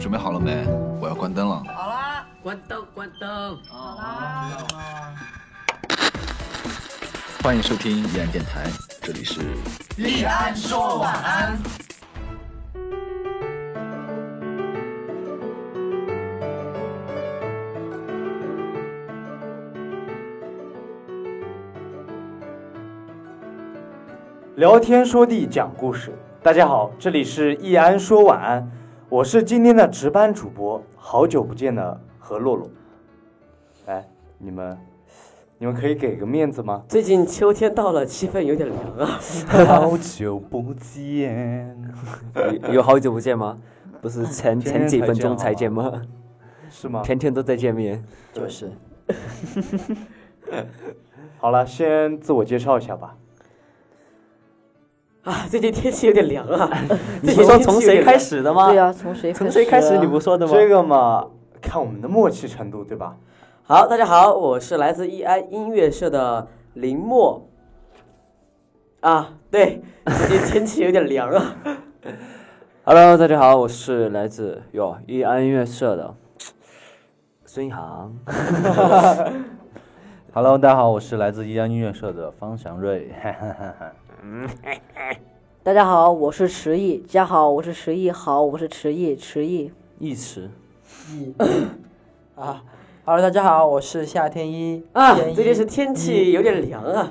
准备好了没？我要关灯了。好啦，关灯，关灯。？好啦，欢迎收听依然电台，这里是李安说晚安。聊天说地讲故事，大家好，这里是易安说晚安，我是今天的值班主播，好久不见的何洛洛。哎，你们，你们可以给个面子吗最近秋天到了，气氛有点凉啊。好久不见，有有好久不见吗？不是前天前几才分见钟好才吗见吗？ 是吗？天天都在见面。就是，好了，先自我介绍一下吧。啊，最近天气有点凉啊。你最近是天说气从有谁点开凉？始的吗？对呀、从谁从谁开始？你不是说的吗？啊这个嘛，看我们的默契程度，对吧？好，大家好，我是来自易安音乐社的林默。啊，对，最近天气有点凉啊。 Hello，大家好，我是来自哟易安音乐社的孙一航。 Hello，大家好，我是来自宜安音乐社的方祥瑞。大家好，我是迟毅。大家好，我是迟毅。好，我是迟毅。迟毅，一池， Hello，大家好，我是夏天一啊，天一最近是天气有点凉啊。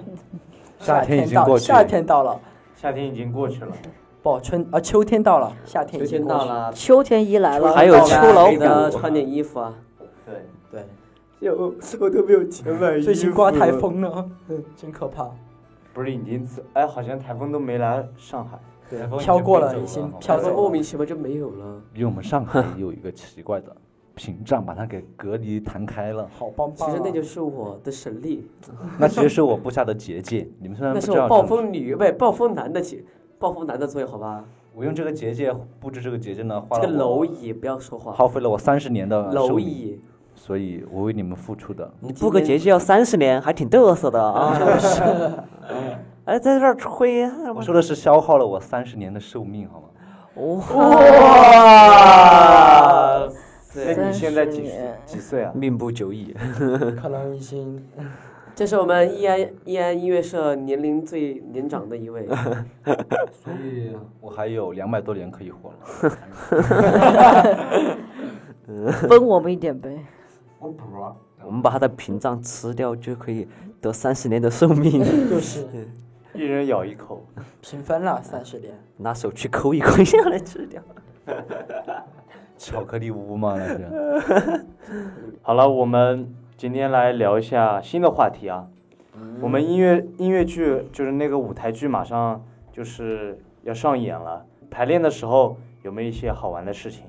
夏天已经到过去夏天到了，夏天已经过去了，不，春啊，秋天到了，夏天秋已经天过到去了。了，秋天一来了，还有秋老给大家虎。穿点衣服啊。对， 对，有，我都没有钱买最近刮台风呢， 嗯，真可怕，不是已经自哎，好像台风都没来上海，台风已经飘过了，飞走已经飘然后走莫了。名其妙就没有了。因为我们上海有一个奇怪的 屏障，把它给隔离弹开了，好棒其棒啊！实那就是我的神力，那其实是我布下的结 界。你们虽然那不是知我道，暴风女，不是暴风男的姐，暴风男的作用，好吧？我用这个结界布置这个结界呢，花这了个蝼我蚁不要说话，呃耗费了我三十年的蝼寿命，蚁，所以我为你们付出的。你布个结界要三十年，还挺嘚瑟的啊！ 哎，在这儿吹，我说的是消耗了我三十年的寿命，好吗？哇对那你现在几30岁几岁啊？命不久矣。可能已经这是我们易安易安音乐社年龄最年长的一位，所以我还有两百多年可以活了。分我们一点呗。我补啊，我们把他的屏障吃掉，就可以得三十年的寿命。就是一人咬一口。 平分了三十年，拿手去抠一抠 下来吃掉。巧克力屋吗？那 是。好了，我们今天来聊一下新的话题啊。我们音乐音乐剧就是那个舞台剧，马上就是要上演了。排练的时候有没有一些好玩的事情？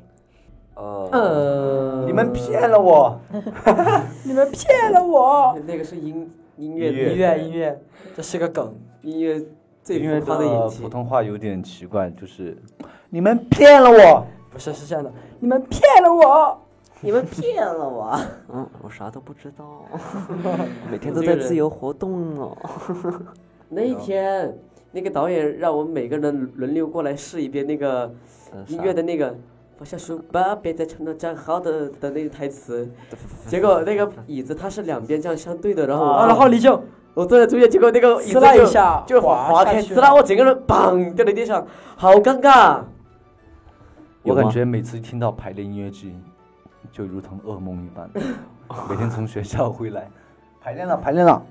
呃，呃嗯你们骗了我！ 你们骗了我！那个是音音音乐乐音乐音乐，这是个梗，音乐最因为浮夸的演技普，通话有点奇怪，就是你们骗了我。不是是这样的，你们骗了我！你们骗了我，嗯，我啥都不知道，每天都在自由活动哦。那一天。那个导演让我们每个人轮流过来试一遍那个呃音乐的那个“放下书包，别再唱到战壕”的的那个台词，结果那个椅子它是两边这样相对的，然后我啊，然后你就我坐在中间，结果那个椅子撕拉就一下就滑滑下开，去撕拉了我整个人砰掉在地上，好尴尬。有我吗感觉每次听到排练音乐剧，就如同噩梦一 般。每天从学校回来，排练了， 排练了。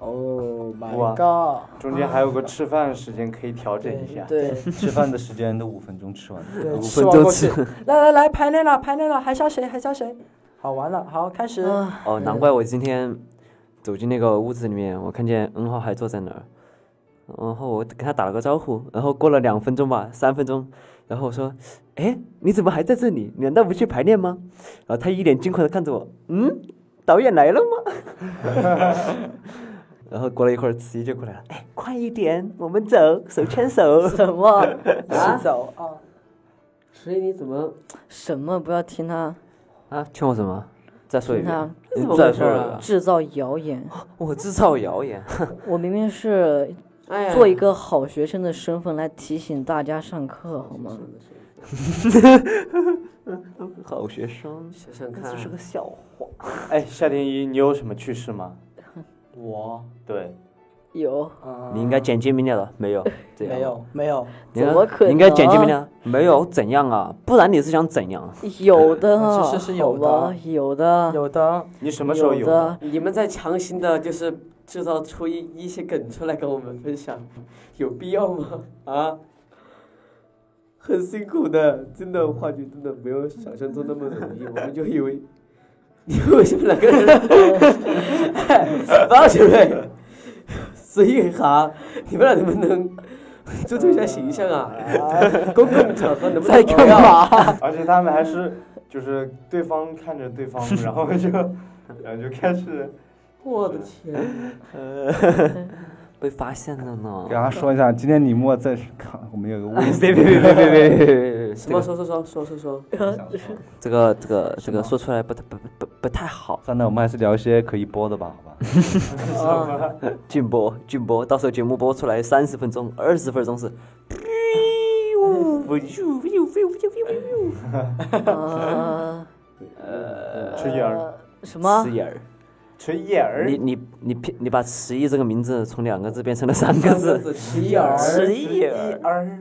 ，Oh my 哇 god！中间还有个吃饭时间可以调整一下。对 吃饭的时间都五分钟吃完了。对，五吃分完钟过吃去， 来来来，排练了排练了，还差谁还差谁？好完了，好开始。啊，哦，难怪我今天走进那个屋子里面，我看见嗯恩浩还坐在那儿，然后我跟他打了个招呼，然后过了两分钟吧，三分钟，然后我说：“哎，你怎么还在这里？难道不去排练吗？”然后他一脸惊恐的看着我，嗯，导演来了吗？ 然后过了一会儿，慈怡就过来了，哎，快一点，我们走，手牵手。什么一起走啊！所以你怎么什么？不要听他，啊，劝我什么？再说一听遍他，这怎你么再回事说一遍啊。制造谣言。我制造谣言， 我明明是哎呀做一个好学生的身份来提醒大家上课，好吗？好学生，想想这看，就是个笑话。哎，夏天一，你有什么趣事吗？我对，有，你应该简洁明了的，没有，这样没，有没有，你应该怎么可能你应该简洁明了，没有怎样啊？不然你是想怎样？有的，其实 是有的好吧有啊的，有的你什么时候有的？的，你们在强行的，就是制造出一一些梗出来跟我们分享，有必要吗？啊？很辛苦的，真的话剧真的没有想象中那么容易，我们就以为，你为什么两个人？八兄弟，所以哈，你们俩能不能注重一下形象啊？公共场合能不能在干嘛？而且他们还是就是对方看着对方，然后 就然后就开始我的天！被发现了呢给。大家说一下，今天李默在看，我们有个微 别别别别别别别别别！什么？说说说说说说，这个这个这个说出来不太不不不不太好。算了，我们还是聊一些可以播的吧，好吧？禁播禁播，到时候节目播出来三十分钟、二十分钟是 呃，呃吃叶儿，什么迟？疑儿。吃叶儿你，你你偏你把迟疑这个名字从两个字变成了三个字，齐耳迟疑儿。儿，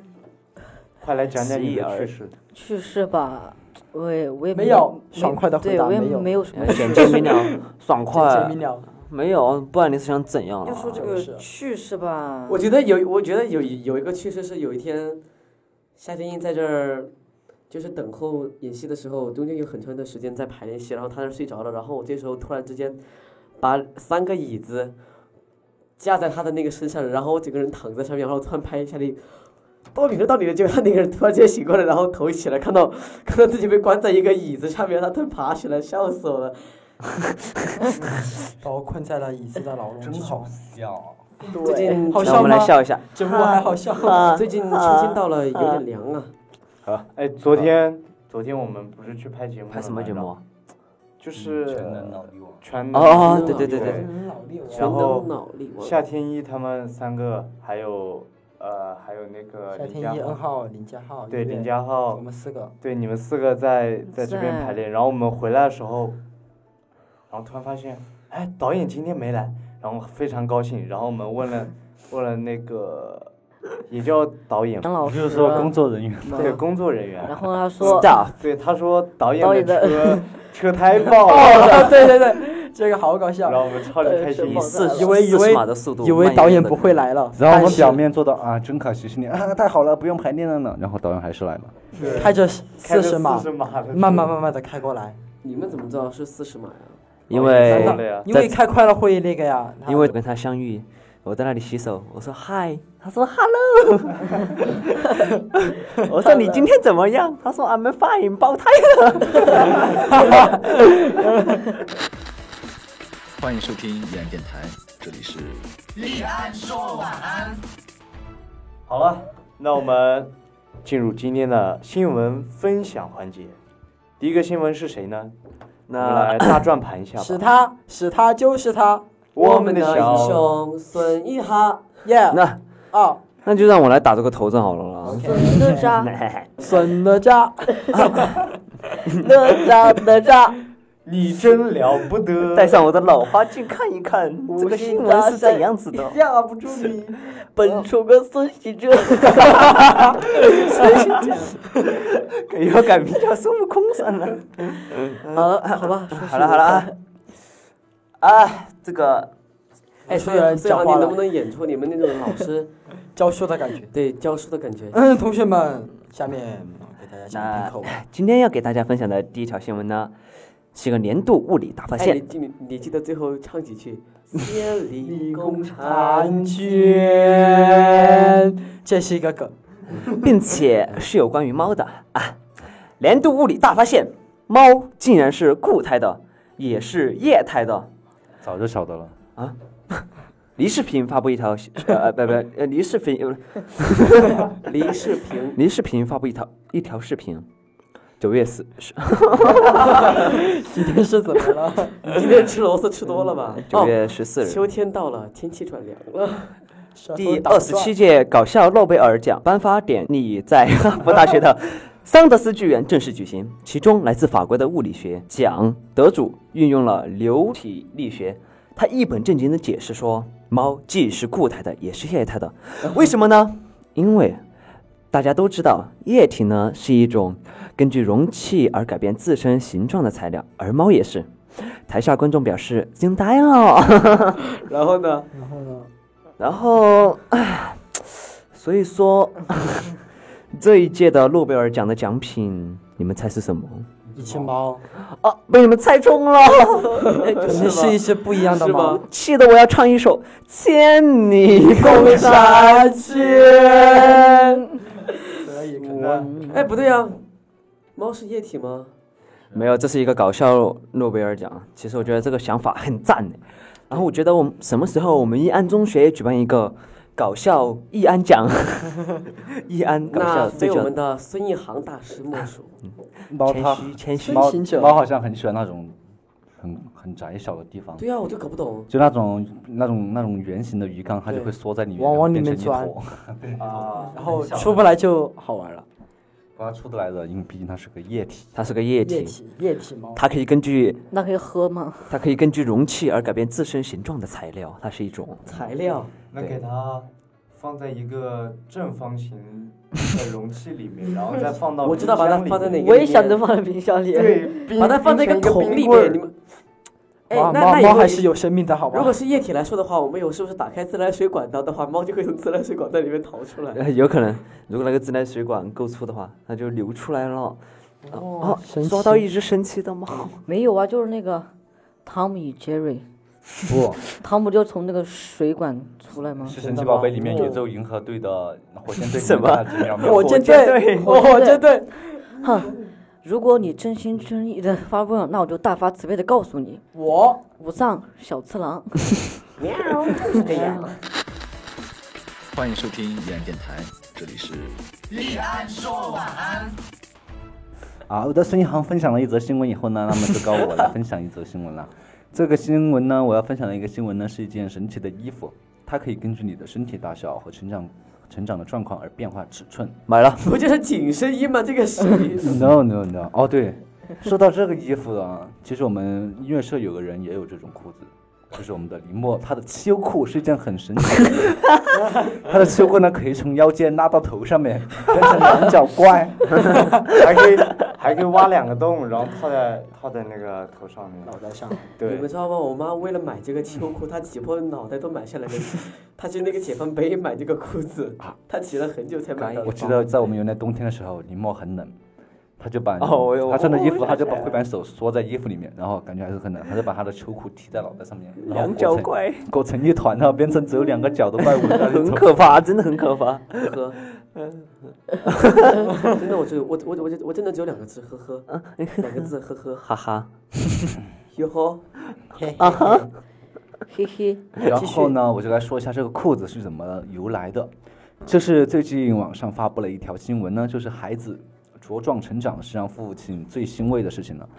快来讲讲你的趣事。去世吧，我也我也没有爽快地回对答我也没有没有什 么简洁呃明了，爽简快洁。明了。没有，不然你是想怎样要说啊？这是个去世吧，我觉得有，我觉得有有一个趋势是，有一天夏天英在这儿就是等候演戏的时候，中间有很长一段时间在排练戏，然后他那儿睡着了，然后我这时候突然之间把三个椅子架在他的那个身上，然后我整个人躺在上面，然后突然拍一下那。到你了，到你了！结果他那个人突然间醒过来，然后头一起来，看到看到自己被关在一个椅子上面，他突然爬起来，笑死我了。把我困在了椅子的牢笼之中。啊笑。最近好那我笑们来吗？笑一下。节目还好笑。啊 最近秋天到了，有点凉啊。哎，昨天昨天我们不是去拍节目了吗？拍什么节目啊？嗯就是力王。全能哦，对对对对，嗯老六啊然后全能脑力王夏天一他们三个，还有呃，还有那个夏林天佳一 N 浩，号、林家浩，对一月林家我浩，们四个。 对你们四个在在这边在排练，然后我们回来的时候，然后突然发现，哎，导演今天没来，然后非常高兴，然后我们问了问了那个也叫导演吧，杨老就是师，说工作人员，对工作人员然，后他说 Stuff，对他说导导演演的的车车胎爆了，哦，对对对，这个好搞笑然。后我们超级开心以，四以为以四为十码的速度，以为导演不会，来了，然后我但们是表面做到啊，真可惜是你啊，太好了，不用排练了呢。然后导演还是来了，开着开着四十码四，十码的车，慢慢慢慢的开过来，你们怎么知道是四十码呀？因真为的呀因为开快了会那个呀，因为我跟他相遇，我在那里洗手，我 说嗨，他说 hello，我说你今天怎么样？他说 I'm fine，爆胎了。欢迎收听易安电台，这里是好了，那我们进入今天的新闻分享环节。第一个新闻是谁呢？我们来那大转盘一下是吧。他是他就是他，我们的英小雄孙一哈，耶，那哦，那就让我来打这个头阵好了啦。哪吒，孙哪吒， 哪吒，哪吒，你真了不 得，戴上我的老花镜看一看，这个新闻是怎样子的？架不住你，本出个孙喜 哲，哎要改名叫孙悟空算了。好了，好吧，说好了好了啊，啊，这个哎，主所持人以所以讲你话能不了，能演出你们那种老师教书的感觉。对教书的感 觉？嗯，同学们，下面给大家讲一那口吧，今天要给大家分享的第一条新闻呢，是个年度物理大发哎，你现。记你你记得最后唱几句？千里共哎 婵婵娟，这是一个梗，并且是有关于猫的啊。年度物理大发现，猫竟然是固态的，也是液态的。早就晓得了。黎世平发布一条，呃，不不，呃，黎世平，呃 黎世平，黎世平发布一条一条视频，九月四十，今天是怎么了？ 你今天吃螺丝吃多了 吧？九月十四哦，日，秋天到了，天气转凉了。舌头第打二不十 转七届搞笑诺贝尔奖颁发典礼在哈佛大学的桑德斯巨源正式举行，其中来自法国的物理学奖得主运用了流体力学，他一本正经地解释说，猫既是固态的，也是液态的，为什么呢？因为大家都知道，液体呢是一种根据容器而改变自身形状的材料，而猫也是。台下观众表示惊呆了，然后呢？然后呢？然后，唉，所以说 这一届的诺贝尔奖的奖品，你们猜是什么？一只猫，啊，被你们猜中了，肯定是一只不一样的是猫吗。气得我要唱一首《千里共婵娟》。可以，可哎，不对呀、猫是液体吗？没有，这是一个搞笑诺贝尔奖。其实我觉得这个想法很赞的。然后我觉得我们什么时候我们义安中学也举办一个搞笑义安 奖， 义安搞那笑最非我佳们的孙一航大师莫属。猫它谦虚谦虚。猫行者猫好像很喜欢那种很很窄小的地方，对呀、我就搞不懂。就那种那种那种圆形的鱼缸，它就对会缩在里面，往然后往里变面成一 钻坨啊，然后出不来就好玩了。把它出得来的，因为毕竟它是个液体。它是个液液体，体液体猫，它可以根据那可以喝吗？它可以根据容器而改变自身形状的材料，它是一种 材料，那给它放在一个正方形的容器里面，然后再放到我知道把它冰箱里放在哪面个我也想着放在冰箱里。对，冰把它放在一冰成桶里冰棍儿面。你 们，哎，哇那猫那以猫后还是有生命的，好吧？如果是液体来说的话，我们有是不是打开自来水管道的话，猫就会从自来水管道里面逃出 来？呃，有可能，如果那个自来水管够粗的话，它就流出来了。哦，神抓到奇一只神奇的猫，没有啊，就是那个汤姆与杰瑞。不， 汤姆就从那个水管出来嗯吗？是神奇宝贝里面宇宙银河队的火 箭队里面的几秒秒火箭队，火箭队，如果你真心真意的发问，那我就大发慈悲的告诉你，我无藏小次郎。欢迎收听依然电台，这里是啊，我的孙一航分享了一则新闻以后呢，那么就该我来分享一则新闻了。这个新闻呢，我要分享的一个新闻呢，是一件神奇的衣服，它可以根据你的身体大小和成长成长的状况而变化尺寸。买了。不就是紧身衣吗？这个是 No no no！哦对，说到这个衣服啊，其实我们音乐社有个人也有这种裤子，就是我们的林默，他的秋裤是一件很神奇的 衣服，他的秋裤呢可以从腰间拉到头上面，变成两脚怪。还可以还可以挖两个洞，然后套在套在那个头上面，脑袋上。你对们，知道吗？我妈为了买这个秋裤，她挤破脑袋都买下来了。她去那个解放碑买这个裤子，她挤了很久才哎买到。 我记得在我们原来冬天的时候，林默很冷，他就把哦我有他穿的衣服，他就把会把手缩在衣服里面，然后感觉还是很冷，他就把他的秋裤提在脑袋上面，然后两裹脚成怪，裹成一团，然后变成只有两个脚的 怪物在那很走。可怕，真的很可怕。呵 呵，真的，我只有我我我我真的只有两个字，呵呵，嗯两个字，呵呵，哈哈，哟啊呵，嘿嘿， 然继续后呢，我就来说一下这个裤子是怎么由来的。这是最近网上发布了一条新闻呢，就是孩子茁壮成长是让父亲最欣慰的事情了。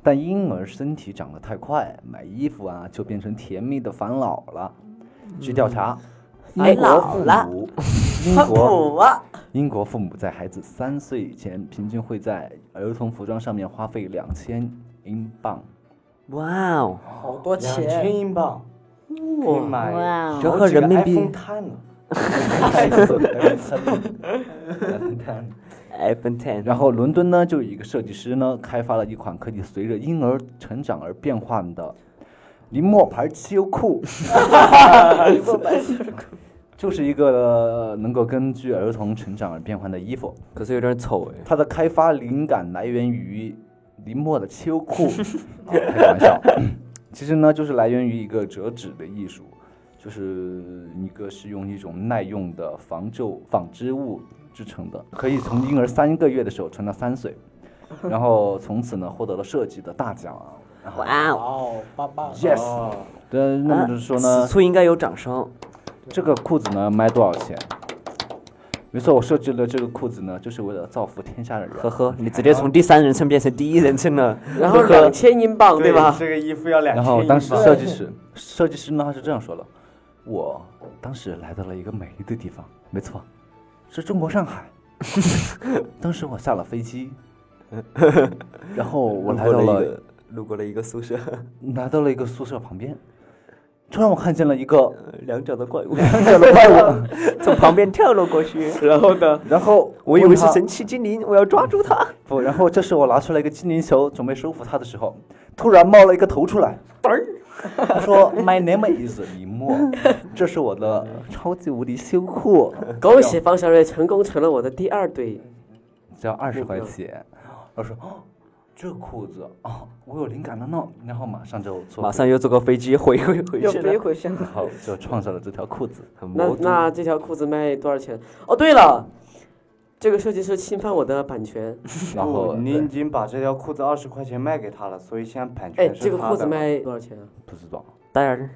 但婴儿身体长得太快，买衣服啊就变成甜蜜的烦恼了。据调查，嗯英国父母，英国啊，英国父母在孩子三岁以前，平均会在儿童服装上面花费两千英镑。哇哦，好多两千钱，英镑可以买哇哦折好合几个人民币 iPhone 10呢。 iPhone Ten，然后伦敦呢，就有一个设计师呢，开发了一款可以随着婴儿成长而变换的林墨牌秋裤， 就是一个、呃能够根据儿童成长而变换的衣服。可是有点丑哎。它的开发灵感来源于林墨的秋裤，啊开个玩笑。嗯其实呢，就是来源于一个折纸的艺术，就是一个是用一种耐用的防皱纺织物制成的，可以从婴儿三个月的时候穿到三岁，然后从此呢获得了设计的大奖啊。哇哦，哦，棒棒 Yes，对，哦那么就是说呢此，处应该有掌声。这个裤子呢卖多少钱？没错，我设计了这个裤子呢，就是为了造福天下的人。呵呵，你直接从第三人称变成第一人称了。然后两千英镑对吧？这个衣服要两然千。后当时设计师，设计师呢他是这样说的：我当时来到了一个美丽的地方，没错，是中国上海。 当时我下了飞 机，然后我来路到过了了一个路过了一个宿舍，来到了一个宿舍旁边，突然我看见了一个呃两脚的 怪物看见了怪物， 从旁边跳了过去，然后呢，然后我以为是问他神奇精灵，我要抓住 它。不，然后这时我拿出来一个精灵球，准备收服他的时候，突然冒了一个头出来，他说：“My name is 林 墨，这是我的超级无敌修裤，恭喜方小瑞成功成了我的第二队。只要二十块钱。”我说：“哦，这裤子哦，我有灵感了呢。”然后马上就做，马上又坐个飞机回 回回又去了飞，回去了。然后就创造了这条裤子。很那魔都。那这条裤子卖多少钱？哦，对了，这个设计师侵犯我的版 权。然后不你已经把这条裤子二十块钱卖给他了，所以现在版哎，权这是个他裤子的。卖多少钱啊？不知道，当然，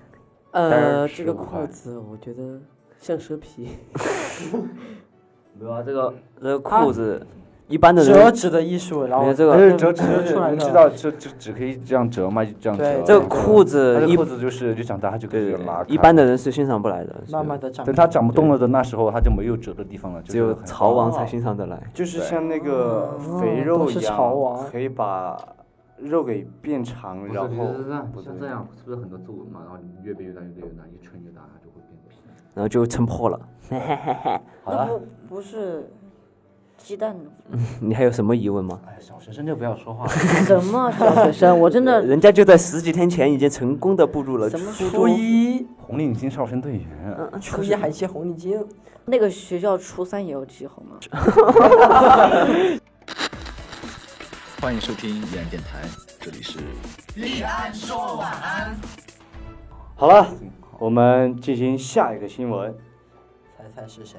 呃，单这个15块裤子我觉得像蛇皮。没有啊，这个这个裤子，一般的折人，纸的艺术，然没后有这个就折纸折就是出来你的。知道，这这只可以这样折嘛，就这样对折。这然个后裤它子的一裤子就是就长大，它就可以对拉开。一般的人是欣赏不来的，慢慢的长等它长不动了的那时候，它就没有折的地方了，就只是有很曹王才欣赏得来。就是像那个肥哦肉都是一潮样王，可以把肉给变长，然后不像这样，是不是很多皱纹嘛？然后你越变越大，越变越大，一撑越大，它就会变平。然后就撑破了。那不不是鸡蛋吗你还有什么疑问吗？哎小学生就不要 说话了。什么小学生？我真的人家就在十几天前已经成功的步入了什么初初中，一，红领巾少先队员， 初一还系红领 巾，那个学校初三也要记好吗？欢迎收听依然电台，这里是好了，我们进行下一个新闻。猜猜是谁？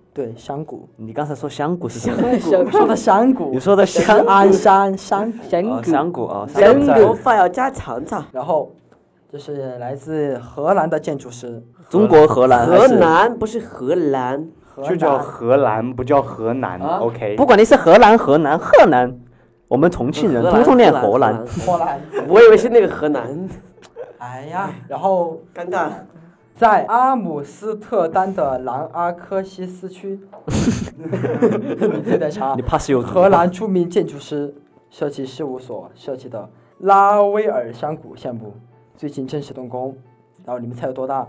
对，山谷。你刚才说香谷是什么？我说的山谷你，说的是香鞍山山谷。哦香谷啊，这个头发要加长长。然后，这是来自荷兰的建筑师，中国荷兰还河是？南不是荷兰，荷就叫兰荷兰，不叫河南。OK，不管你是荷兰、河南、河南，我们重庆人荷兰通通念荷荷兰。 荷兰。 我以为是那个河南，哎呀，然后尴尬。在阿姆斯特丹的兰阿科西斯区， 你自己查你。怕是有毒吧荷兰著名建筑师设计事务所设计的拉威尔山谷项目最近正式动工。然后你们猜有多大？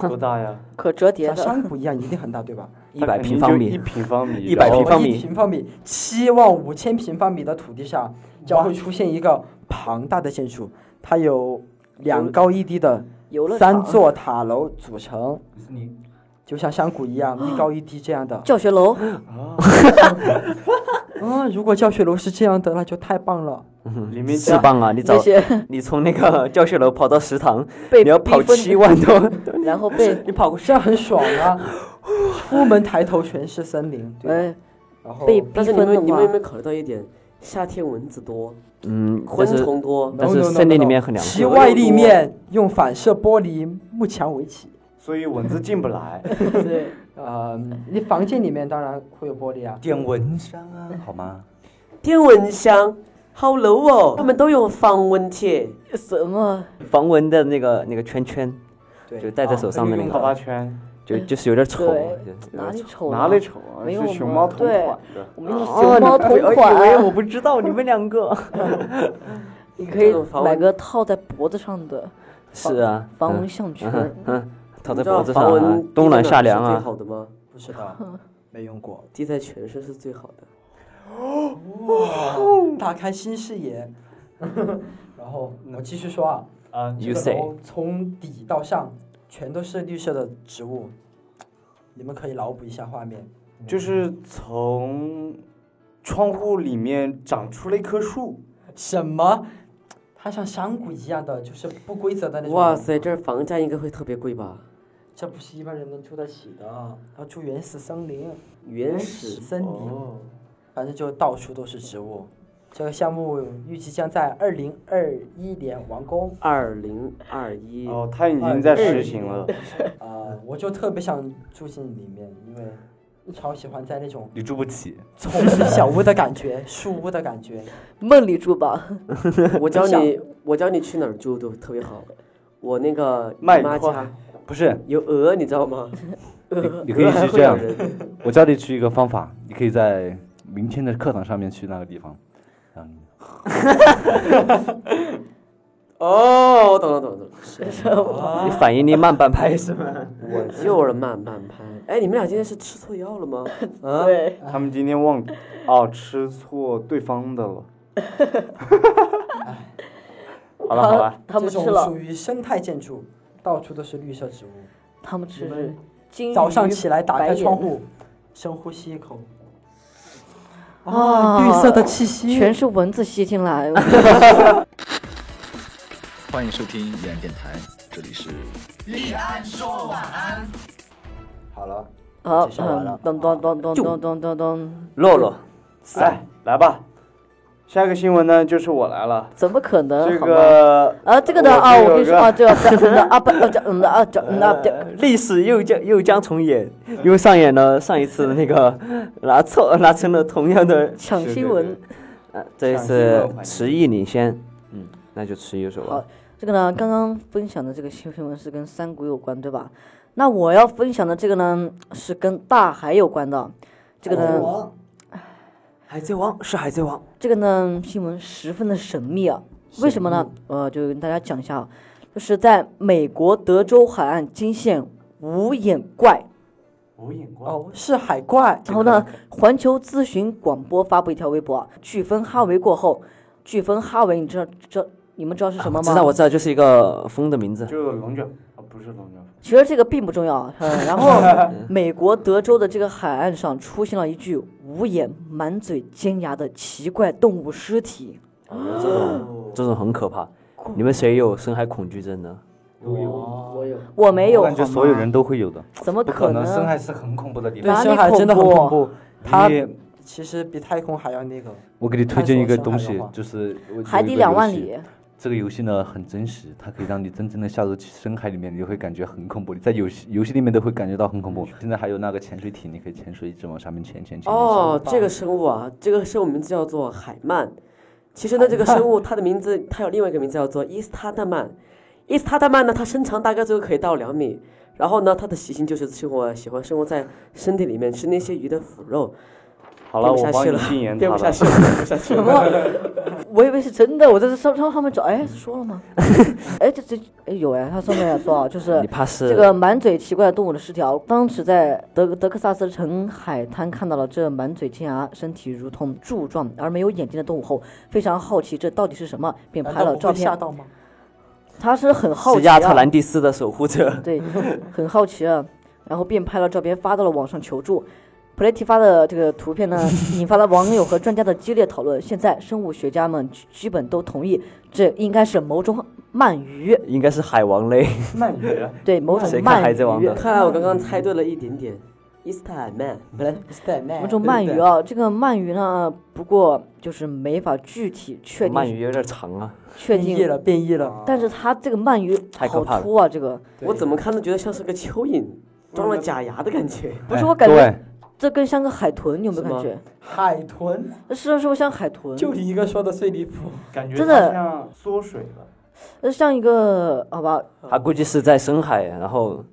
多大呀？可折叠像的，山谷一样，一定很大，对吧？一百它肯定平方就一米，平方米， 100然后平方米一平方米，七万五千平方米的土地上将会出现一个庞大的建筑，它由两高一低的游乐三场、座塔楼组成，就像山谷一样，啊一高一低这样的。教学楼，啊，如果教学楼是这样的，那就太棒了。里面是加棒啊！你那找些你从那个教学楼跑到食堂，被你要跑逼疯七万多， 然后被你跑过去这样很爽 啊！出门抬头全是森林，对吧，哎然哦后被逼但是你疯了们你们有没吗？有考虑到一点？夏天蚊子多，嗯，昆但是虫多，但是森林里面很凉其快。外立面用反射玻璃幕墙围起。所以蚊子进不来。对，呃，嗯你房间里面当然会有玻璃啊。点蚊香啊，好吗？电蚊香，好 low 哦。他们都有防蚊贴，什么？防蚊的那个那个圈圈，对就戴在手上的啊那泡个，泡圈，就就是有点丑。对就哪里丑了？哪里丑啊？没有是熊猫同对款的。我们用熊猫哎同哦你以为款， 我不知道你们两个。你可以这种防蚊买个套在脖子上的 是啊，防蚊项圈儿。嗯，套你在知道脖子上防啊蚊，冬暖滴在夏哪凉是最啊。好的吗？不知道，没用过。滴在全身是最好的。打开新视野。然后我继续说啊，啊， You 这个 say 楼从底到上全都是绿色的植物，你们可以脑补一下画面。就是从窗户里面长出了一棵树，什么？它像山谷一样的，就是不规则的那种。哇！塞，这房价应该会特别贵吧？这不是一般人能住得起的，要住原始森林、原始森林。反正就到处都是植物。这个项目预计将在二零二一年完工。二零二一，哦，它已经在实行了。啊、我就特别想住进里面，因为超喜欢在那种你住不起，丛林小屋的感觉、树屋的感觉。梦里住吧，我教像你，我教你去哪儿住都特别好。我那个姨卖妈花家不是？有鹅，你知道吗？ 你可以是这样鹅还会有，人我教你去一个方法，你可以在明天的课堂上面去那个地方，然后你哦，我懂了，懂了，懂了。你反应力慢半拍是吗？ 我就是慢慢拍。哎，你们俩今天是吃错药了吗？啊，对，他们今天忘哦吃错对方的了。好了好了， 他们这吃种了属，于生态建筑，到处都是绿色植物。他们吃你们金鱼早上起来打白开眼窗户，深呼吸一口，啊，绿色的气息。哦全是蚊子吸进来。 欢迎收听依然电台，这里是好了，好，介绍完嗯了，咚咚咚咚咚咚咚咚，洛 洛，啊哎，来吧，下一个新闻呢就是我来了。怎么可嗯能？这好吗个啊，这个呢我啊，我有跟你说个啊，这个这嗯的啊不啊这嗯的啊这嗯的啊这呃历史又将又将重演， 又上演了上一次的那个 拿错拿成了同样的，抢新闻。呃，这一次迟疑领先，嗯，那就迟疑有所吧好。这个呢，刚刚分享的这个新闻是跟山谷有关，对吧？那我要分享的这个呢，是跟大海有关的。这个呢，海贼王是海贼王，这个呢，新闻十分的神秘啊。为什么呢？呃，就跟大家讲一下啊，就是在美国德州海岸惊现无眼怪。无眼光，哦，是海怪。然后呢，环球咨询广播发布一条微博啊，飓风哈维过后，飓风哈维，你知道这你们知道是什么我吗？啊知道我知道，就是一个风的名字。就是龙卷啊，不是龙卷风，其实这个并不重要啊。呃然后，美国德州的这个海岸上出现了一具无眼、满嘴尖牙的奇怪动物尸体。这种这种很可怕。你们谁有深海恐惧症呢？我有。我没有，我感觉好所有吗人都会有的，怎么不可能，深能？海是很恐怖的地对，方。哪里深海真的很恐恐怖啊怖。它你其实比太空还要那个。我给你推荐一个东探索深海西的话，就是我有海一底个两游万戏里，这个游戏呢很真实，它可以让你真正的下入去深海里面，你会感觉很恐怖。你在游戏游戏里面都会感觉到很恐怖。现在还有那个潜水艇，你可以潜水一直往上面潜潜潜。哦，这个生物啊，这个生物名字叫做海鳗。其实呢，这个生物它的名字，它有另外一个名字叫做伊斯塔特曼。伊斯塔特曼呢，它身长大概最后可以到两米，然后呢，它的习性就是生活喜欢生活在身体里面，吃那些鱼的腐肉。好了，编不我下去帮你了禁言编他不下了。去了，编不下去什了。么？ 我以为是真的，我在这上上上面找，哎，说了吗？哎，这这哎有哎，它上面有说啊，就是你怕是这个满嘴奇怪的动物的尸条，当时在德德克萨斯城海滩看到了这满嘴尖牙、身体如同柱状而没有眼睛的动物后，非常好奇这到底是什么，便难拍道了不照会吓片。到吗？他是很好是奇亚特啊，兰蒂斯的守护 者。对，很好奇啊，然后便拍了照片发到了网上求助。普雷提发的这个图片呢，引发了网友和专家的激烈讨论。现在生物学家们基基本都同意，这应该是某种鳗鱼，应该是海王类，鳗 鱼，对，某 种谁看海贼鳗王鱼的。看来我刚刚猜对了一点点，伊斯塔曼。本来是在那某种鳗鱼啊，这个鳗鱼呢，不过就是没法具体确鳗定鱼有点长啊，确变异定，了，变异了。但是它这个鳗鱼太可好怕了哎粗啊，这个我怎么看都觉得像是个蚯蚓，装了假牙的感觉。不哎是我感觉对这更像个海豚，你有没有是吗感觉？海豚，是是不是像海豚？就你一个说的最离谱。感觉真的它像缩水了。呃像一个好吧，他估计是在深海，然后，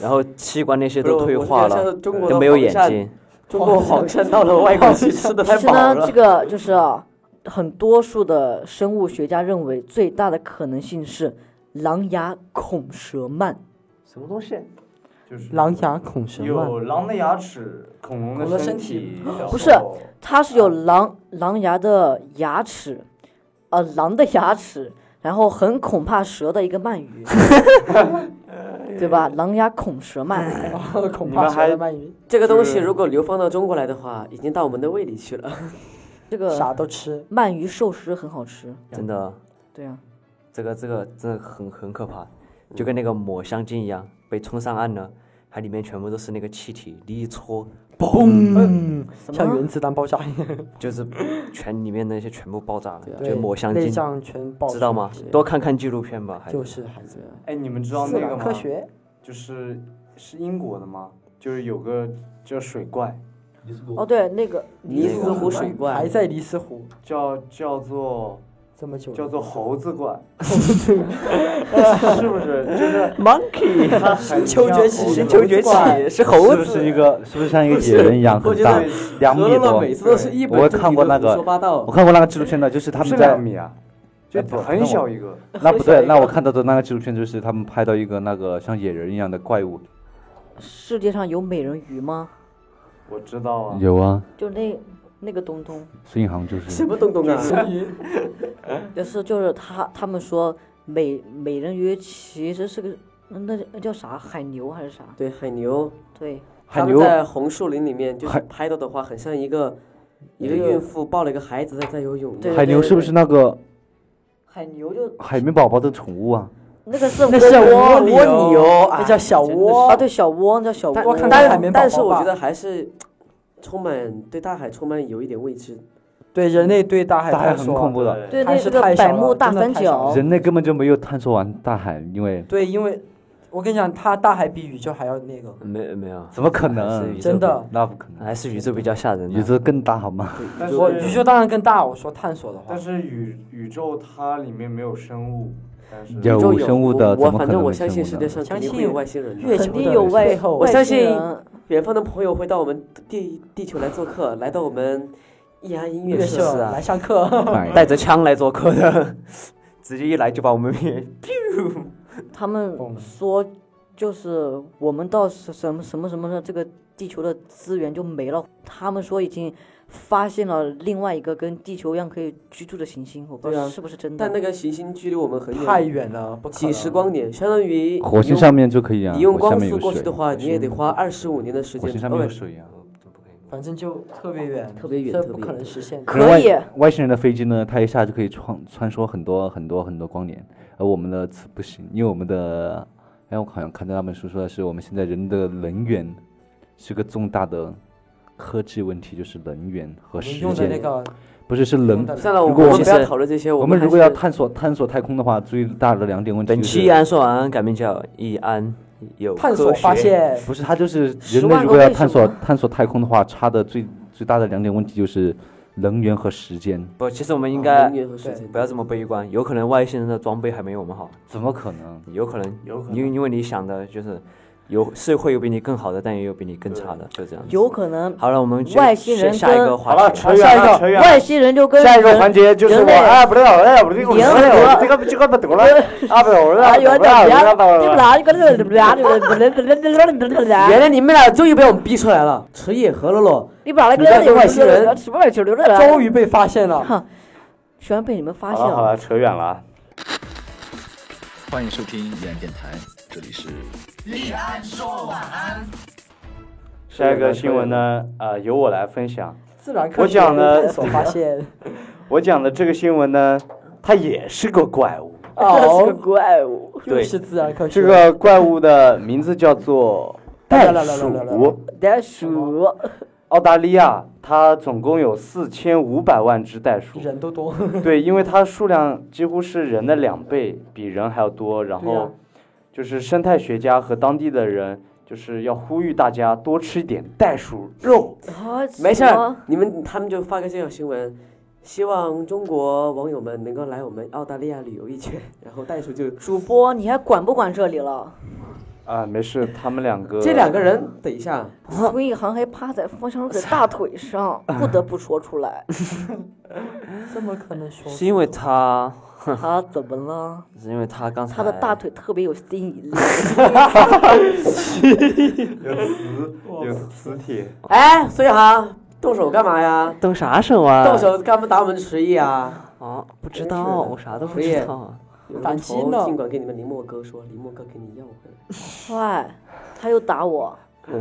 然后器官那些不是都退化我是觉得像了是，中国的都没有黄眼鳝睛。中 国黄鳝到了外国 去吃的太其实饱呢，了这。个就是啊，很多数的生物学家认为最大的可能性是狼牙孔蛇鳗。什么东西？就是狼牙孔蛇鳗，有狼的牙齿，恐龙恐龙的的身体体，然后不是它是哦有狼狼牙的牙齿，呃，狼的牙齿，然后很恐怕蛇的一个 鳗鱼，对吧？狼牙恐蛇哎鳗，然后 恐你怕们还蛇的鳗鱼，这个东西是如果流放到中国来的话，已经到我们的胃里去了。这个啥都吃。鳗鱼寿司很好吃，真的，对啊，这个这个真的很很可怕，就跟那个抹香鲸一样，被冲上岸了，它里面全部都是那个气体，你一搓，嗯，像原子弹爆炸一样，就是全里面那些全部爆炸了，对 就抹香内鲸，脏全爆，知道吗？多看看纪录片吧，还就是孩子，哎，你们知道自那个然吗？科学，就是是英国的吗？就是有个叫水怪，哦，对，那个尼斯湖水怪还在尼斯湖叫叫做这么久了，叫做猴子怪，是不是？就是它 monkey，很球像崛起猴子星星球球崛崛起起是是是猴不是子，一个是不是像一个野人一样我很觉大得，两何米乐乐多每？次都是一本我正看经过地那胡个说八道我。看过那个纪录片的，就是他是们两在米啊，就哎不很那小我一个。 那不小对一，个那我看到的那个纪录片就是他们拍到一个那个像野人一样的怪物。世界上有美人鱼吗？我知道啊，有啊，就那那个东东，孙一航就是什么东东啊？就是就是他他们说美美人鱼其实是个那那叫啥海牛还是啥？对，海 牛，对，海他们牛在红树林里面就是海拍到的话，很哎像一个一个一个孕妇抱了一个孩子在在游泳。对海牛是不是那个海牛就海绵宝宝的宠物啊？那个是那是蜗蜗牛牛，哎那叫小真的蜗啊，，对，小蜗那叫小但蜗我看但看是海绵宝宝但是我吧觉得还是充满对大海充满有一点未知。对人类对大海大海探很索啊恐怖的，对还那是个太小百了慕大真的三太小角哦了，人类根本就没有探索完大海，因为对，因为我跟你讲，它大海比宇宙还要那个，没没有，怎么可还是能 宇？宙真的那不可能，还是宇宙比较吓人的宇。宙更大好 吗？但我宇是宙当然更大，我说探索的话但，是宇宇宙它里面没有生物，但是有宇宙有生物的我我怎么可能反正我没相生信物世呢界上肯定会有外星人月 的。球肯定的有背外后外我相星信人远方的朋友会到我们地地球来做客，来到我们易安音乐月室啊秀。来上课，买带着枪来做客的，直接一来就把我们灭。他们说就是我们到什什么什么什么的这个地球的资源就没了，他们说已经发现了另外一个跟地球一样可以居住的行星，我不知对道啊是不是真的。但那个行星距离我们很太远，远了，不可几十能光年，相当于火星你用上面就可以啊，你用火下光面速有过去水的，话，你也得花二十五年的时火间星上，面有哦水啊。反正就特别远，特别远这特别不可远能实现的。可以外外星人的飞机呢，它一下就可以穿穿梭很多很多很多光年，而我们的不行，因为我们的，哎，我好像看到那本书说的是，我们现在人的能源是个重大的科技问题，就是能源和我时们用间，的那个不是是能用。的算了，我如果们我我们们不要讨论这些。我们们如果还要是探索探索太空的话，最大的两点问题本就期啊是，安说完，改名叫易安有探科索学发，现，不是它就是人10类万如个果要为什探索么探索太空的话，差的最最大的两点问题就是能源和时间，不，其实我们应能该源和时间不要这么悲观，有可能外星人的装备还没我们好，怎么可能？有可能，有可能因为因为你想的就是有是会有比你更好的，但也有比你更差的，就这样。有可能好了，我们外星人啊下一个跟话好了题扯远下一了个扯远了外星人就 跟下一个人环节就是人我类哎不得了哎不得了，我联合这个这个不得了啊不得了啊，啊不有得人了啊不得了。原来你们俩终于被我们逼出来了，迟野和乐乐，你把那个什么外星人终于被发现了。居然被你们发现好了好了，了，扯远了啊。欢迎收听易安电台，这里是下一个新闻呢，呃，由我来分享。自然科我学讲呢探索发现，我讲的这个新闻呢，它也是个怪物。 这是个哦，怪物，又对是自然科学。这个怪物的名字叫做袋来来来来来来来鼠。袋鼠，澳大利亚它总共有四千五百万只袋鼠。人都多，对，因为它数量几乎是人的两倍，比人还要多。然对呀后，就是生态学家和当地的人就是要呼吁大家多吃一点袋鼠肉。 啊没事儿，你们他们就发个这条新闻，希望中国网友们能够来我们澳大利亚旅游一圈，然后袋鼠就主播你还管不管这里了？啊，没事，他们两个这两个人，等一下，孙一航还趴在方向的大腿上，不得不说出来，这么可能说？是因为他他怎么了？是因为他刚才他的大腿特别有吸引力。有磁铁。哎，所以哈，动手干嘛呀？动啥手啊？动手干嘛打我们迟疑啊？啊？不知真是的道，我啥都不我也知道。啊有反击呢仇尽管跟你们林墨哥说，林墨哥给你要哎回来。坏，他又打我。所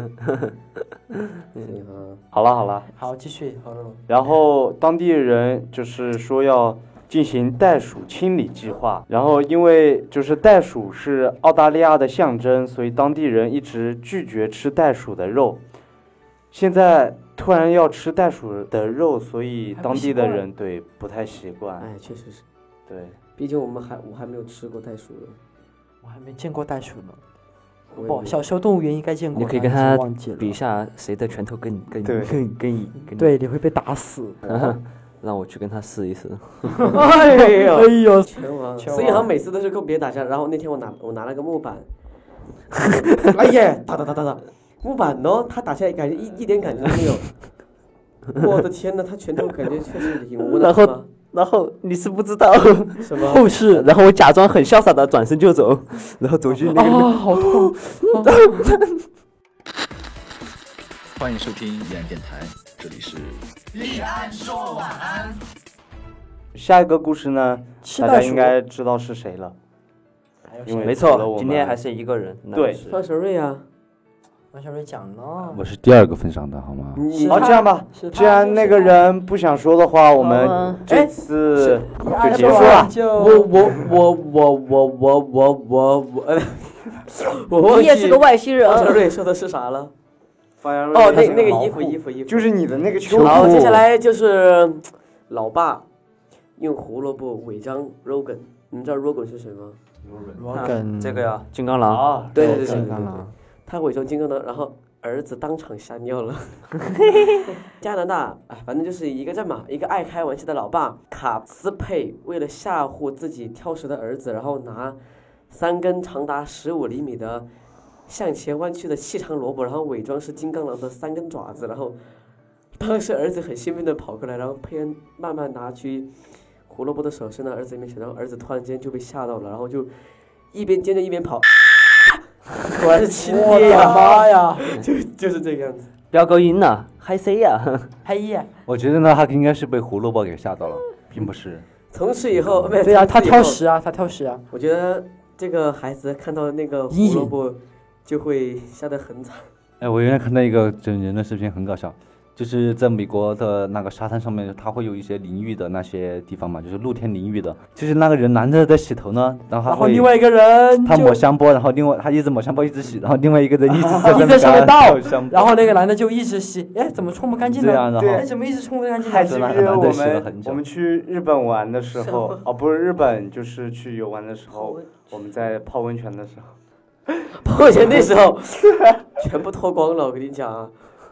以哈，好了好了，好，继续。好然后当地人就是说要进行袋鼠清理计划。然后，因为就是袋鼠是澳大利亚的象征，所以当地人一直拒绝吃袋鼠的肉。现在突然要吃袋鼠的肉，所以还不当地习的惯人对不太习惯。哎，确实是，对，毕竟我们还我还没有吃过袋鼠肉，我还没见过袋鼠呢。我也不，没 哦小时候动物园应该见过，你可以跟但是他忘记了比一下谁的拳头更更对更更硬，更，对，你会被打死。让我去跟他试一试。哎哎呦，呦，拳王，拳所以好像王每次都是跟别人打架。然后那天我拿我拿了个木板， 哎呀，打打打打打，木板呢，他打下来感觉一一点感觉都没有。 我的天呐，他拳头感觉确实挺无然能后的。然后你是不知道什么？后事，然后我假装很潇洒的转身就走，然后走去那个。啊，好痛！欢迎收听依然电台，这里是下一个故事呢，吃大家袋应鼠，该知道是谁了，因为没除了错我，今天们还是一个人。那对是方小瑞啊，王小瑞讲呢，我是第二个分享的好吗？你哦好，这样吧，是他既然那个人不想说的话，我们啊这次就就结束了。我就我我我我我我我我，呃我忘你也记是个外星人方。小瑞说的是啥了？方洋哦，那瑞那个衣服衣服衣服，就是你的那个秋好，裤接下来就是老爸用胡萝卜违章 Rogan，你们知道 Rogan 是谁吗？嗯这个呀，金刚狼，啊，对对对对金对刚狼，他伪装金刚狼，然后儿子当场吓尿了。加拿大，哎，反正就是一个战马，一个爱开玩笑的老爸卡斯佩，为了吓唬自己挑食的儿子，然后拿三根长达十五厘米的向前弯曲的细长萝卜，然后伪装是金刚狼的三根爪子，然后当时儿子很兴奋的跑过来，然后佩恩慢慢拿去胡萝卜的手伸到儿子面前，然后儿子突然间就被吓到了，然后就一边尖叫一边跑。 果然是亲我爹的呀！妈呀！就就是这个样子。飙高音呢，嗨 C 呀，哎呀，我觉得呢，他应该是被胡萝卜给吓到了，并不是。从此以后，没有嗯对呀，他从此以后挑食啊，他挑食啊，我觉得这个孩子看到那个胡阴影萝卜，就会吓得 很惨。哎，我原来看到一个整人的视频，很搞笑，就是在美国的那个沙滩上面，它会有一些淋浴的那些地方嘛，就是露天淋浴的，就是那个人男的在洗头呢，然后他然后会啊另外一个人他抹就，香波，然后另外他一直抹香波一直洗，然后另外一个人一直一在直 在上面倒倒香波，然后那个男的就一直吸，哎，怎么冲不干净呢？这样然后哎，怎么一直冲不干净呢还？记不记得我对洗了们很久我们去日本玩的时候，哦，不是日本，就是去游玩的时候，我们在泡温泉的时候，我以前那时候 全部脱光了，我跟你讲啊。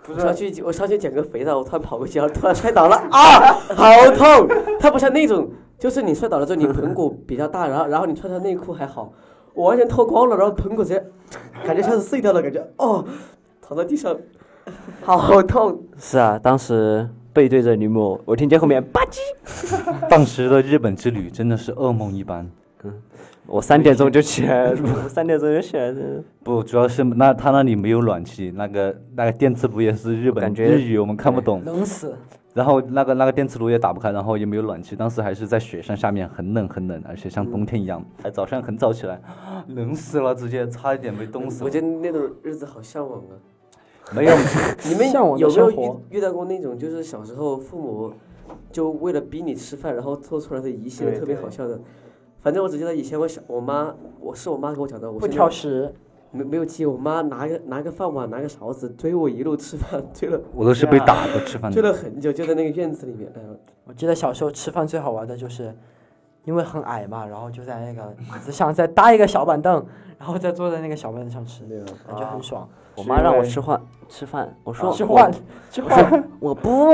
我上去，我上去捡个肥皂，我突然跑过去，然后突然摔 倒了啊，好痛！它不像那种，就是你摔倒了之后，你盆骨比较大，然后然后你穿上内裤还好，我完全脱光了，然后盆骨直接 感觉像是碎掉了，感觉哦，躺在地上，好痛！是啊，当时背对着女某，我听见后面吧唧，当时的日本之旅真的是噩梦一般。我三点钟就起来了，我三点钟就起来了，不，主要是那他那里没有暖气，那个那个电磁炉也是日本感觉日语我们看不懂，冷死！然后那个那个电磁炉也打不开，然后也没有暖气，当时还是在雪山下面，很冷很冷，而且像冬天一样。 还早上很早起来，冷死了，直接差一点被冻死我了。觉得那种日子好向往啊。没有，你们向往的有没有生活遇遇到过那种，就是小时候父母就为了逼你吃饭，然后做出来的一系列对特别对好笑的？反正我只记得以前我小我妈，我是我妈给我讲的，我不现在挑食，没没有记忆，我妈拿个拿个饭碗拿个勺子追我一路吃饭，追了我都是被打的吃饭 追的。了很久，就在那个院子里面，哎呦，我记得小时候吃饭最好玩的就是，因为很矮嘛，然后就在那个椅子上再搭一个小板凳，然后再坐在那个小板凳上吃，感觉很爽。我妈让我是吃饭吃饭，我说啊吃换，吃换，我不，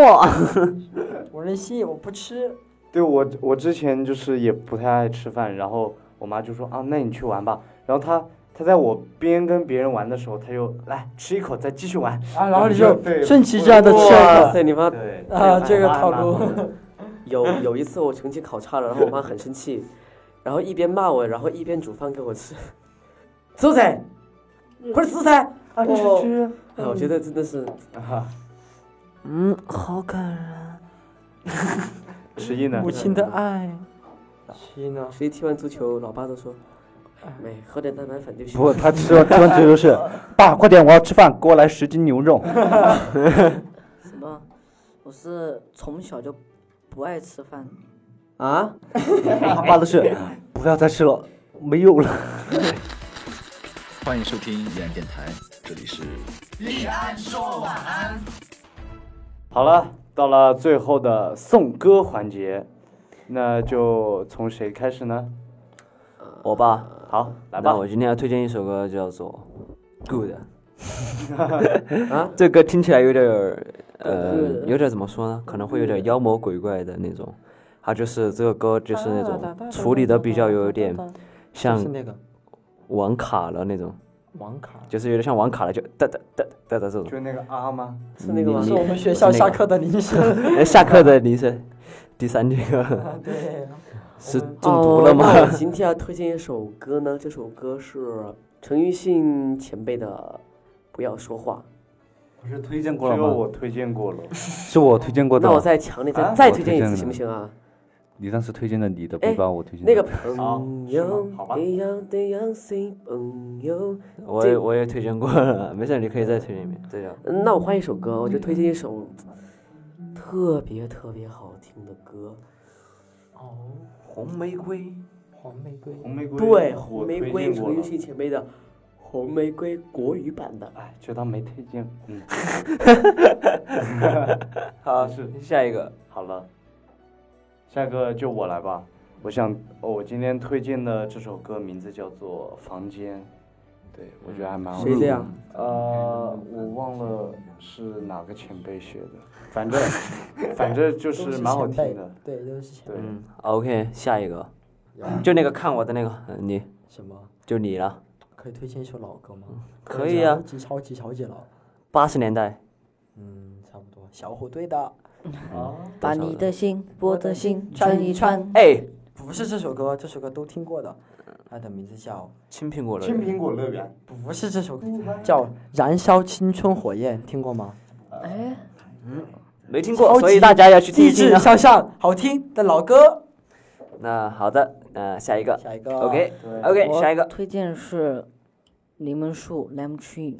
我任性，我不吃。对我我之前就是也不太爱吃饭，然后我妈就说啊，那你去玩吧，然后她。她在我边跟别人玩的时候，她就来吃一口，再继续玩。啊，然后你就就对顺其自然的吃了哇塞，你妈对一个啊，这个哎套路。有有一次我成绩考差了，然后我妈很生气，然后一边骂我，然后一边煮饭给我吃，蔬菜，快点蔬菜，啊，吃哦吃哎，我觉得真的是。啊， 嗯，好感人。迟疑呢母？亲的爱。七呢？谁踢完足球，老爸都说，没喝点蛋白粉就行。不，他吃完吃完之后是，爸，快点，我要吃饭，给我来十斤牛肉。 什么？我是从小就不爱吃饭，啊，他发的是不要再吃了，没 有了。欢迎收听依然电台，这里是好了，到了最后的送歌环节，那就从谁开始呢？我吧，好，来吧那。我今天要推荐一首歌，叫做《Good》。啊，这歌听起来有点儿，呃，有点儿怎么说呢？可能会有点儿妖魔鬼怪的那种。它就是这个歌，就是那种处理的比较有点像是那个网卡了那种，网卡，就是有点像网卡了，就哒哒哒哒哒这种。啊就那个啊吗？是那个吗你是？我们学校下课的铃声。哎下课的铃声，第三这啊个对，是中毒了吗？哦那我今天要推荐一首歌呢，这首歌是陈奕迅前辈的《不要说话不是推荐这个？我推荐过了。是我推荐过》。的那吗。我再强烈再啊再推荐一我推荐次的行不行啊？你当时推荐的你的，哎不把我推荐的那个朋好友是吗好吧得要得要 say 朋友。我也我也推荐过了，没事，你可以再推荐一遍。这样，嗯那我换一首歌，我就推荐一首特别特别好听的歌。哦，红玫瑰，黄玫瑰，红玫瑰，对，我红玫推瑰荐陈过了奕迅前辈的《红玫瑰》国语版的。哎，就当没推荐。嗯。好，是下一个，好了，下个就我来吧。我想，哦，我今天推荐的这首歌名字叫做《房间》，对我觉得还蛮好谁的听。呀？呃，我忘了是哪个前辈写的，反 正反正就都是是蛮好前辈听的。对，都是前辈对，嗯，OK，下一个，就那个看我的那个，呃你什么？就你了，可以推荐一首老歌吗？可以啊超级超级超级老。八十年代，嗯，差不多。小虎队的。嗯哦把你的心，我的心串一串。哎，不是这首歌，这首歌都听过的。它的名字叫青苹果了，苹果乐园》不是这首歌，叫《燃烧青春火焰》，听过吗？哎，没听超过，级所以大家要去听励一听志啊。向上，好听的老歌。那好的，那下一个下一个，OK OK，下一个，推荐是柠檬树 （Lemon Tree）。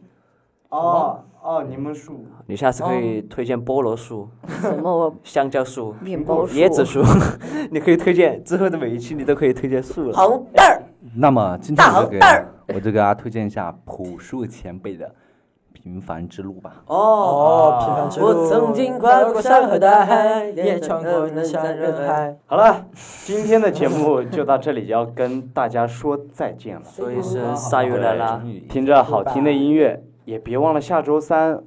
哦哦，柠檬树，你下次可以推荐菠萝树、什么我香蕉树、面包树？椰子树， 你可以推荐，之后的每一期你都可以推荐树了。好蛋儿，那么今天我就给我就给大家推荐一下朴树前辈的《平凡之路》吧。哦，平凡之路。我曾经跨过山和大海也穿过人山人海。好了，今天的节目就到这里，要跟大家说再见了。所以哦是撒由那拉，听着好听的音乐，也别忘了下周三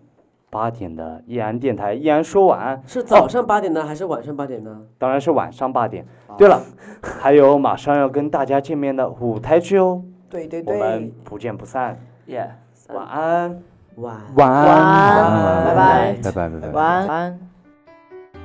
八点的易安电台易安说晚安，是早上八点呢，还是晚上八点呢？当然是晚上八点。对了，还有马上要跟大家见面的舞台剧哦，对对我们对，不见不散。耶，晚安。晚安。晚安，晚安晚安拜拜，拜拜，拜拜晚安晚安。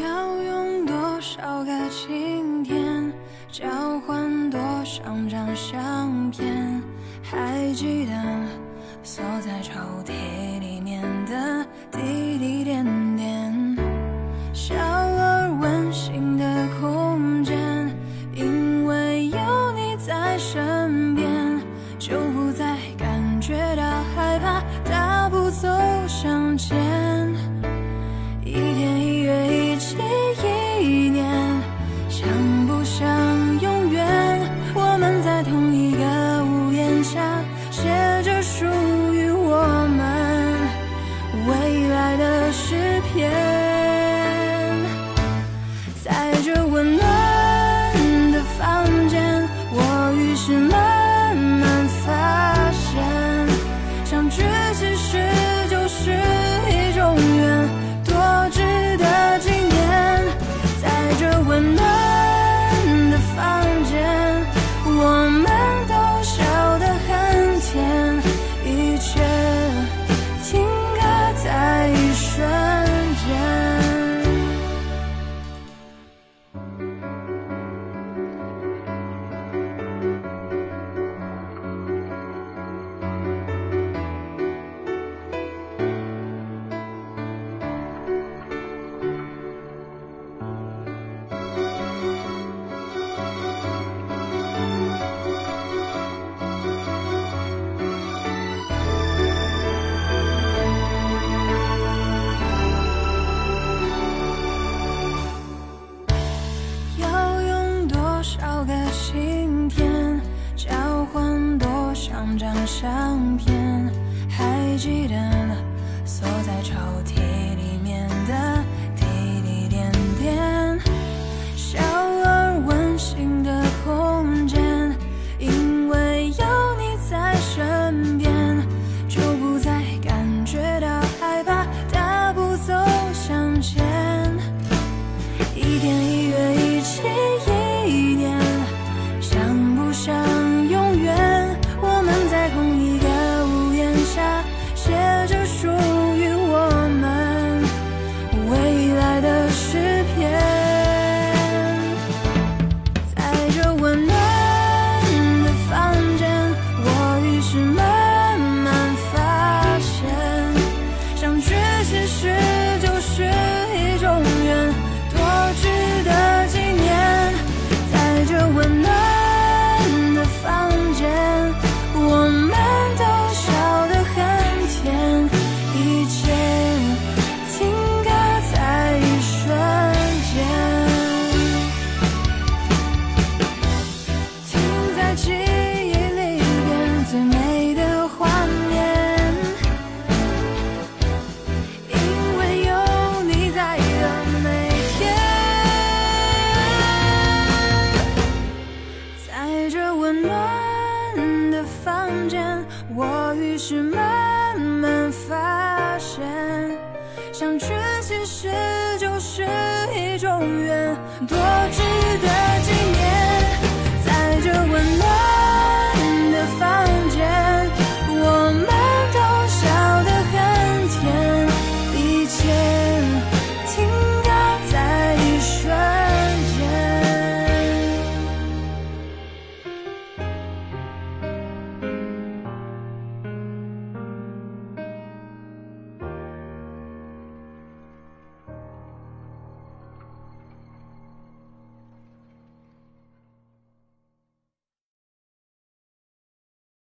要用多少个晴天交换多少张相片？还记得锁在抽屉里面的滴滴点点，小而温馨的空间，因为有你在身边，就不再感觉到害怕，大步走向前。一天一月一季一年，像不像永远？我们在同一个屋檐下，写着属于我们未来的诗篇。少个晴天，交换多少张相片？还记得锁在抽屉里面的滴滴点点，小而温馨的空间，因为有你在身边，就不再感觉到害怕，大步走向前。一点一月一起一年，像不像永远？我们在同一个屋檐下，写着属于我们未来的诗篇。在这温暖的房间，我于是慢慢发现，相聚其实就是一种缘，多值得纪念。在这温暖的房间，我们都笑得很甜，一切停格在一瞬间。停在记忆里边最美的画面，因为有你在的每天，在这温暖的房间，我于是慢慢发现，相聚其实就是一种缘，多值得纪